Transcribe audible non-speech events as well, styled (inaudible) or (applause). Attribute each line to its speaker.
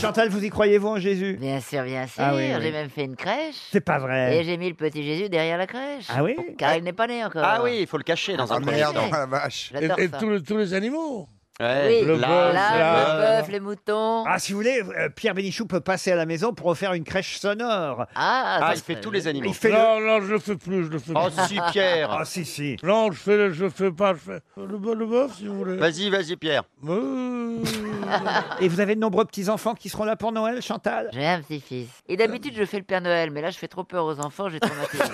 Speaker 1: Chantal, vous y croyez-vous en Jésus
Speaker 2: Bien sûr, bien sûr.
Speaker 1: Ah oui, oui.
Speaker 2: J'ai même fait une crèche.
Speaker 1: C'est pas vrai.
Speaker 2: Et j'ai mis le petit Jésus derrière la crèche.
Speaker 1: Ah oui
Speaker 2: Car il n'est pas né encore.
Speaker 3: Ah oui, il faut le cacher dans un premier
Speaker 2: merde.
Speaker 3: temps.
Speaker 4: Ah, la vache.
Speaker 2: J'adore
Speaker 5: Et, et
Speaker 2: ça.
Speaker 5: tous les- tous les animaux.
Speaker 3: Ouais,
Speaker 2: Oui,
Speaker 5: le
Speaker 2: là,
Speaker 5: bœuf,
Speaker 2: là, le
Speaker 5: là.
Speaker 2: bœuf, les moutons.
Speaker 1: Ah, si vous voulez, euh, Pierre Bénichou peut passer à la maison pour offrir une crèche sonore.
Speaker 2: Ah, ça
Speaker 3: Ah, il
Speaker 2: serait
Speaker 3: fait tous
Speaker 2: bien.
Speaker 3: les animaux.
Speaker 1: Il fait le...
Speaker 5: non, non, je le fais plus, je le fais
Speaker 3: Oh
Speaker 5: plus.
Speaker 3: si, Pierre
Speaker 1: Ah, si, si.
Speaker 5: Non, je fais, je fais pas, je fais le, bœuf- le bœuf, si vous voulez.
Speaker 3: Vas-y, vas-y, Pierre.
Speaker 5: Euh,
Speaker 1: Et vous avez de nombreux petits-enfants qui seront là pour Noël, Chantal
Speaker 2: J'ai un petit-fils.
Speaker 1: (laughs)
Speaker 2: Et d'habitude, je fais le Père Noël, mais là, je fais trop peur aux enfants, j'ai traumatisé.